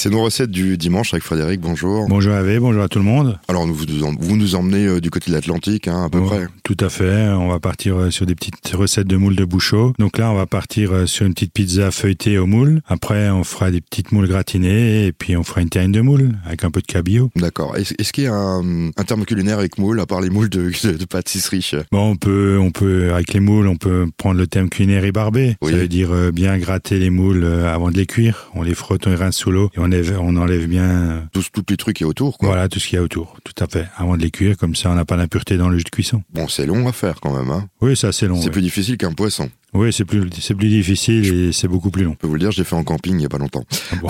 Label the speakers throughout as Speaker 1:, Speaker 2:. Speaker 1: C'est nos recettes du dimanche avec Frédéric, bonjour.
Speaker 2: Bonjour Hervé, bonjour à tout le monde.
Speaker 1: Alors vous nous, em- vous nous emmenez euh, du côté de l'Atlantique, hein, à peu
Speaker 2: Bon,
Speaker 1: près.
Speaker 2: Tout à fait. On va partir euh, sur des petites recettes de moules de bouchot. Donc là, on va partir euh, sur une petite pizza feuilletée aux moules. Après, on fera des petites moules gratinées et puis on fera une terrine de moules avec un peu de cabillaud.
Speaker 1: D'accord. Est-ce est-ce qu'il y a un, un terme culinaire avec moules, à part les moules de, de- de pâtisserie
Speaker 2: Bon, on peut, on peut, avec les moules, on peut prendre le thème culinaire et barber.
Speaker 1: Oui.
Speaker 2: Ça veut dire euh, bien gratter les moules euh, avant de les cuire. On les frotte, on les rince sous l'eau et on, lève- on enlève bien euh,
Speaker 1: Tout, tout les trucs qui est autour, quoi.
Speaker 2: voilà tout ce qu'il y a autour. Tout à fait. Avant de les cuire, comme ça, on n'a pas d'impureté dans le jus de cuisson.
Speaker 1: Bon, c'est long à faire quand même. Hein.
Speaker 2: Oui, ça c'est long.
Speaker 1: c'est
Speaker 2: oui.
Speaker 1: plus difficile qu'un poisson.
Speaker 2: Oui, c'est plus, c'est plus difficile et c'est beaucoup plus long.
Speaker 1: Je peux vous le dire, j'ai fait en camping il y a pas longtemps.
Speaker 2: Ah bon.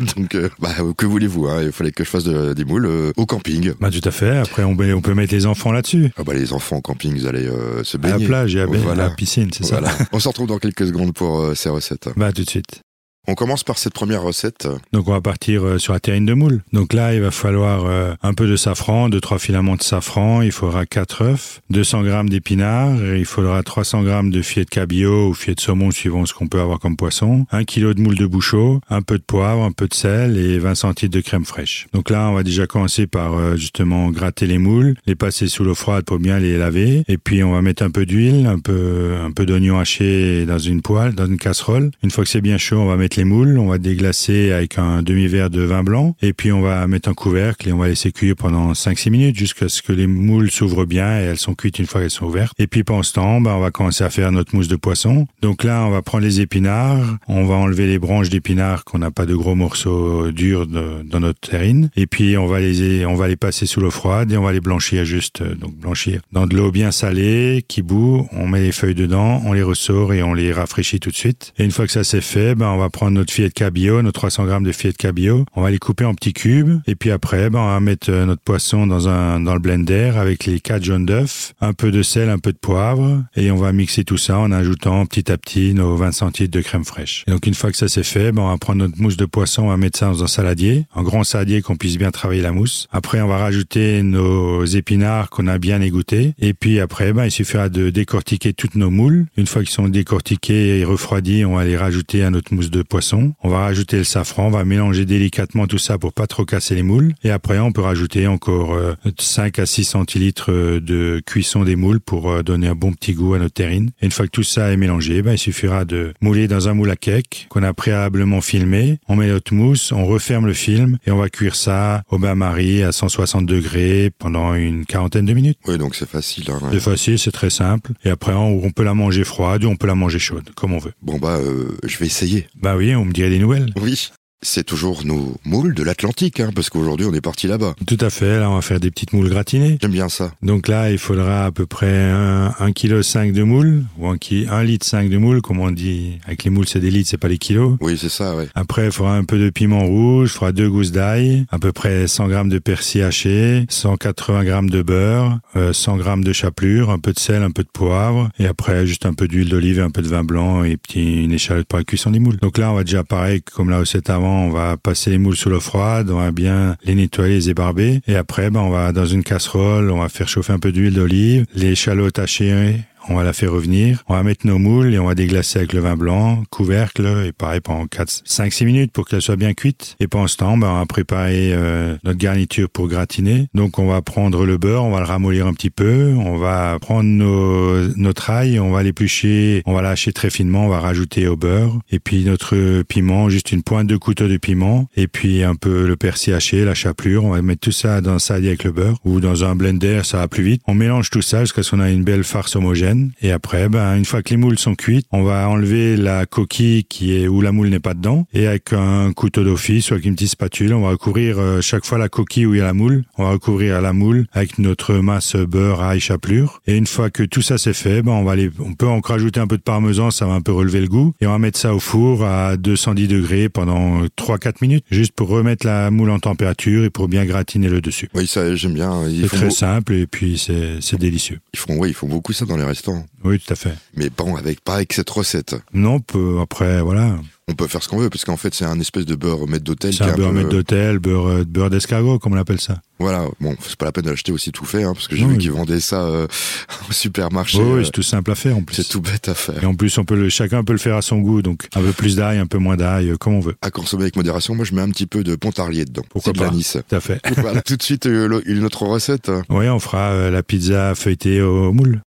Speaker 1: Donc, euh, bah, que voulez-vous hein, Il fallait que je fasse de- des moules euh, au camping.
Speaker 2: Bah, tout à fait. Après, on, met- on peut mettre les enfants là-dessus.
Speaker 1: Ah bah, les enfants au camping, ils allaient euh, se
Speaker 2: À la
Speaker 1: baigner.
Speaker 2: plage et à, ba-
Speaker 1: Voilà.
Speaker 2: à la piscine, c'est
Speaker 1: Voilà.
Speaker 2: ça.
Speaker 1: On se retrouve dans quelques secondes pour euh, ces recettes.
Speaker 2: Bah, tout de suite.
Speaker 1: On commence par cette première recette.
Speaker 2: Donc, on va partir euh, sur la terrine de moule. Donc là, il va falloir euh, un peu de safran, deux, trois filaments de safran. Il faudra quatre œufs, 200 grammes d'épinards. et Il faudra 300 grammes de filet de cabillaud ou filet de saumon, suivant ce qu'on peut avoir comme poisson. Un kilo de moule de bouchot, un peu de poivre, un peu de sel et 20 centilitres de crème fraîche. Donc là, on va déjà commencer par euh, justement gratter les moules, les passer sous l'eau froide pour bien les laver. Et puis, on va mettre un peu d'huile, un peu, un peu d'oignon haché dans une poêle, dans une casserole. Une fois que c'est bien chaud, on va mettre les moules, on va déglacer avec un demi-verre de vin blanc. Et puis, on va mettre un couvercle et on va laisser cuire pendant 5-6 minutes jusqu'à ce que les moules s'ouvrent bien et elles sont cuites une fois qu'elles sont ouvertes. Et puis, pendant ce temps, ben, on va commencer à faire notre mousse de poisson. Donc là, on va prendre les épinards, on va enlever les branches d'épinards qu'on n'a pas de gros morceaux durs de- dans notre terrine. Et puis, on va les, on va les passer sous l'eau froide et on va les blanchir juste, euh, donc blanchir dans de l'eau bien salée qui bout. On met les feuilles dedans, on les ressort et on les rafraîchit tout de suite. Et une fois que ça c'est fait, ben, on va prendre notre filet de cabillaud, nos 300 grammes de filet de cabillaud. On va les couper en petits cubes. Et puis après, ben, on va mettre euh, notre poisson dans un, dans le blender avec les quatre jaunes d'œufs, un peu de sel, un peu de poivre. Et on va mixer tout ça en ajoutant petit à petit nos 20 centilitres de crème fraîche. Et donc une fois que ça c'est fait, ben, on va prendre notre mousse de poisson, on va mettre ça dans un saladier, un grand saladier qu'on puisse bien travailler la mousse. Après, on va rajouter nos épinards qu'on a bien égouttés. Et puis après, ben, il suffira de décortiquer toutes nos moules. Une fois qu'ils sont décortiqués et refroidis, on va les rajouter à notre mousse de poisson. On va rajouter le safran, on va mélanger délicatement tout ça pour pas trop casser les moules. Et après, on peut rajouter encore euh, 5 à 6 centilitres euh, de cuisson des moules pour euh, donner un bon petit goût à notre terrine. Et une fois que tout ça est mélangé, ben, il suffira de mouler dans un moule à cake qu'on a préalablement filmé. On met notre mousse, on referme le film et on va cuire ça au bain-marie à 160 degrés pendant une quarantaine de minutes.
Speaker 1: Oui, donc c'est facile. hein.
Speaker 2: C'est facile, c'est très simple. Et après, on, on peut la manger froide ou on peut la manger chaude, comme on veut.
Speaker 1: Bon bah, euh, je vais essayer.
Speaker 2: Bah oui, on me dirait des nouvelles.
Speaker 1: Oui. C'est toujours nos moules de l'Atlantique, hein, parce qu'aujourd'hui on est parti là-bas.
Speaker 2: Tout à fait, là, on va faire des petites moules gratinées.
Speaker 1: J'aime bien ça.
Speaker 2: Donc là, il faudra à peu près un- un kilo cinq de moules, ou un ki- un litre cinq de moules, comme on dit. Avec les moules, c'est des litres, c'est pas les kilos.
Speaker 1: Oui, c'est ça, ouais.
Speaker 2: Après, il faudra un peu de piment rouge, il faudra deux gousses d'ail, à peu près 100 grammes de persil haché, 180 grammes de beurre, euh, 100 grammes de chapelure, un peu de sel, un peu de poivre, et après juste un peu d'huile d'olive, et un peu de vin blanc et petit, une échalote pour la cuisson des moules. Donc là, on va déjà pareil comme la recette avant, on va passer les moules sous l'eau froide, on va bien les nettoyer, les ébarber, et après, ben, on va dans une casserole, on va faire chauffer un peu d'huile d'olive, les échalotes hachées on va la faire revenir, on va mettre nos moules et on va déglacer avec le vin blanc, couvercle, et pareil pendant 4, 5, 6 minutes pour qu'elle soit bien cuite. Et pendant ce temps, ben, on va préparer euh, notre garniture pour gratiner. Donc on va prendre le beurre, on va le ramollir un petit peu, on va prendre nos, notre ail, on va l'éplucher, on va la hacher très finement, on va rajouter au beurre. Et puis notre piment, juste une pointe de couteau de piment, et puis un peu le persil haché, la chapelure, on va mettre tout ça dans un saladier avec le beurre, ou dans un blender, ça va plus vite. On mélange tout ça jusqu'à ce qu'on a une belle farce homogène. Et après, ben, une fois que les moules sont cuites, on va enlever la coquille qui est, où la moule n'est pas dedans. Et avec un couteau d'office ou avec une petite spatule, on va recouvrir euh, chaque fois la coquille où il y a la moule. On va recouvrir la moule avec notre masse beurre, ail, chapelure. Et une fois que tout ça c'est fait, ben, on va les, on peut encore ajouter un peu de parmesan, ça va un peu relever le goût. Et on va mettre ça au four à 210 degrés pendant 3-4 minutes, juste pour remettre la moule en température et pour bien gratiner le dessus.
Speaker 1: Oui, ça, j'aime bien. Ils
Speaker 2: C'est
Speaker 1: font,
Speaker 2: très
Speaker 1: beau-
Speaker 2: simple et puis c'est c'est délicieux.
Speaker 1: ils font- ouais, ils font beaucoup ça dans les restaurants.
Speaker 2: Oui, tout à fait.
Speaker 1: Mais bon, avec, pas avec cette recette.
Speaker 2: Non, peu- après, voilà.
Speaker 1: on peut faire ce qu'on veut, parce qu'en fait, c'est un espèce de beurre maître d'hôtel.
Speaker 2: C'est
Speaker 1: qui est
Speaker 2: un
Speaker 1: un
Speaker 2: beurre
Speaker 1: peu-
Speaker 2: maître d'hôtel, beurre, euh, beurre d'escargot, comme on appelle ça.
Speaker 1: Voilà, bon, c'est pas la peine de l'acheter aussi tout fait, hein, parce que j'ai
Speaker 2: Non,
Speaker 1: vu
Speaker 2: mais-
Speaker 1: qu'ils vendaient ça euh, au supermarché.
Speaker 2: Oui, oui,
Speaker 1: euh,
Speaker 2: c'est tout simple à faire en plus.
Speaker 1: c'est tout bête à faire.
Speaker 2: Et en plus, on peut le, chacun peut le faire à son goût, donc un peu plus d'ail, un peu moins d'ail, euh, comme on veut.
Speaker 1: À consommer avec modération, moi je mets un petit peu de pontarlier dedans.
Speaker 2: Pourquoi
Speaker 1: c'est de
Speaker 2: pas.
Speaker 1: l'anis.
Speaker 2: Tout à fait.
Speaker 1: voilà, tout de suite, euh, le- une autre recette.
Speaker 2: Oui, on fera euh, la pizza feuilletée au, au moule.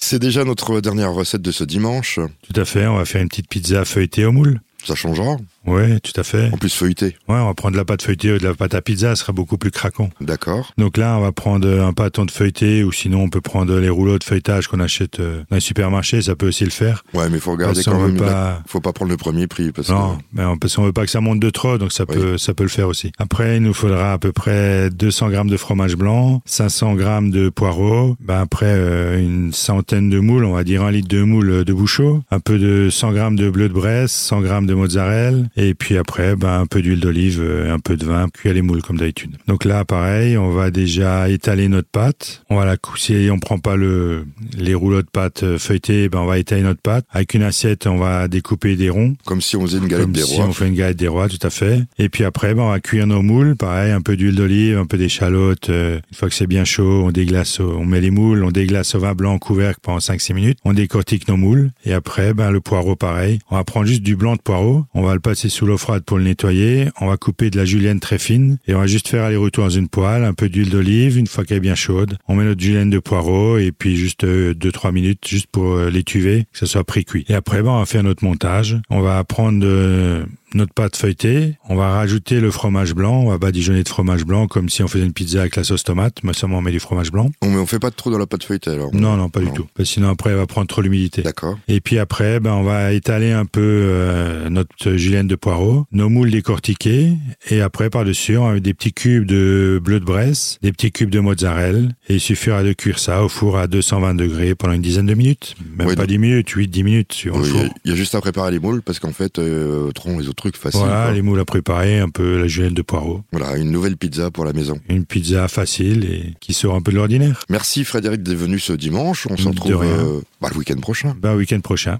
Speaker 1: C'est déjà notre dernière recette de ce dimanche.
Speaker 2: Tout à fait, on va faire une petite pizza feuilletée au moule.
Speaker 1: Ça changera.
Speaker 2: Oui, tout à fait.
Speaker 1: En plus, feuilleté.
Speaker 2: Ouais, on va prendre de la pâte feuilletée ou de la pâte à pizza, ce sera beaucoup plus craquant.
Speaker 1: D'accord.
Speaker 2: Donc là, on va prendre euh, un pâton de feuilleté ou sinon on peut prendre les rouleaux de feuilletage qu'on achète euh, dans les supermarchés, ça peut aussi le faire.
Speaker 1: Ouais, mais faut regarder
Speaker 2: Parce qu'on
Speaker 1: quand
Speaker 2: Ah, veut
Speaker 1: même. la-
Speaker 2: pas...
Speaker 1: Faut pas prendre le premier prix parce
Speaker 2: Non,
Speaker 1: que
Speaker 2: mais on- parce qu'on veut pas que ça monte de trop, donc ça
Speaker 1: Oui.
Speaker 2: peut ça peut le faire aussi. Après, il nous faudra à peu près 200 grammes de fromage blanc, 500 grammes de poireaux, ben après euh, une centaine de moules, on va dire un litre de moules de bouchot, un peu de 100 grammes de bleu de Bresse, 100 grammes de mozzarella, et puis après, ben un peu d'huile d'olive, euh, un peu de vin, puis à les moules comme d'habitude. Donc là, pareil, on va déjà étaler notre pâte. On va la cou- si on prend pas le les rouleaux de pâte euh, feuilletés, ben on va étaler notre pâte. Avec une assiette, on va découper des ronds.
Speaker 1: comme si on faisait une galette
Speaker 2: Comme
Speaker 1: des
Speaker 2: si
Speaker 1: rois.
Speaker 2: on fait une galette des rois, tout à fait. Et puis après, ben, on va cuire nos moules. Pareil, un peu d'huile d'olive, un peu d'échalote. euh, une fois que c'est bien chaud, on déglace, au- on met les moules, on déglace au vin blanc couvert pendant 5-6 minutes. On décortique nos moules. Et après, ben, le poireau, pareil. On va prendre juste du blanc de poireau. On va le passer sous l'eau froide pour le nettoyer. On va couper de la julienne très fine. Et on va juste faire aller-retour dans une poêle, un peu d'huile d'olive. Une fois qu'elle est bien chaude, on met notre julienne de poireau et puis juste 2-3 minutes juste pour euh, l'étuver, que ça soit pré-cuit. Et après, ben, on va faire notre montage. On va prendre euh, notre pâte feuilletée, on va rajouter le fromage blanc, on va badigeonner de fromage blanc comme si on faisait une pizza avec la sauce tomate, mais seulement on met du fromage blanc.
Speaker 1: On, on fait pas trop dans la pâte feuilletée alors.
Speaker 2: Non, non, pas du
Speaker 1: Non.
Speaker 2: tout. Parce que sinon après, elle va prendre trop l'humidité.
Speaker 1: Oh. D'accord.
Speaker 2: Et puis après, ben, on va étaler un peu euh, notre julienne de poireaux, nos moules décortiqués, et après, par-dessus, on va mettre des petits cubes de bleu de Bresse, des petits cubes de mozzarella, et il suffira de cuire ça au four à 220 degrés pendant une dizaine de minutes. Même
Speaker 1: Oui,
Speaker 2: pas
Speaker 1: donc-
Speaker 2: 10 minutes, 8-10 minutes sur
Speaker 1: Il
Speaker 2: le
Speaker 1: y, a-
Speaker 2: four.
Speaker 1: il y a juste à préparer les moules parce qu'en fait, euh, trop les autres trucs faciles.
Speaker 2: Voilà,
Speaker 1: quoi.
Speaker 2: les moules à préparer, un peu la julienne de poireaux.
Speaker 1: Voilà, une nouvelle pizza pour la maison.
Speaker 2: Une pizza facile et qui sort un peu de l'ordinaire.
Speaker 1: Merci Frédéric d'être venu ce dimanche. On se
Speaker 2: De
Speaker 1: retrouve
Speaker 2: rien.
Speaker 1: euh, bah, le week-end prochain.
Speaker 2: Ben, week-end prochain.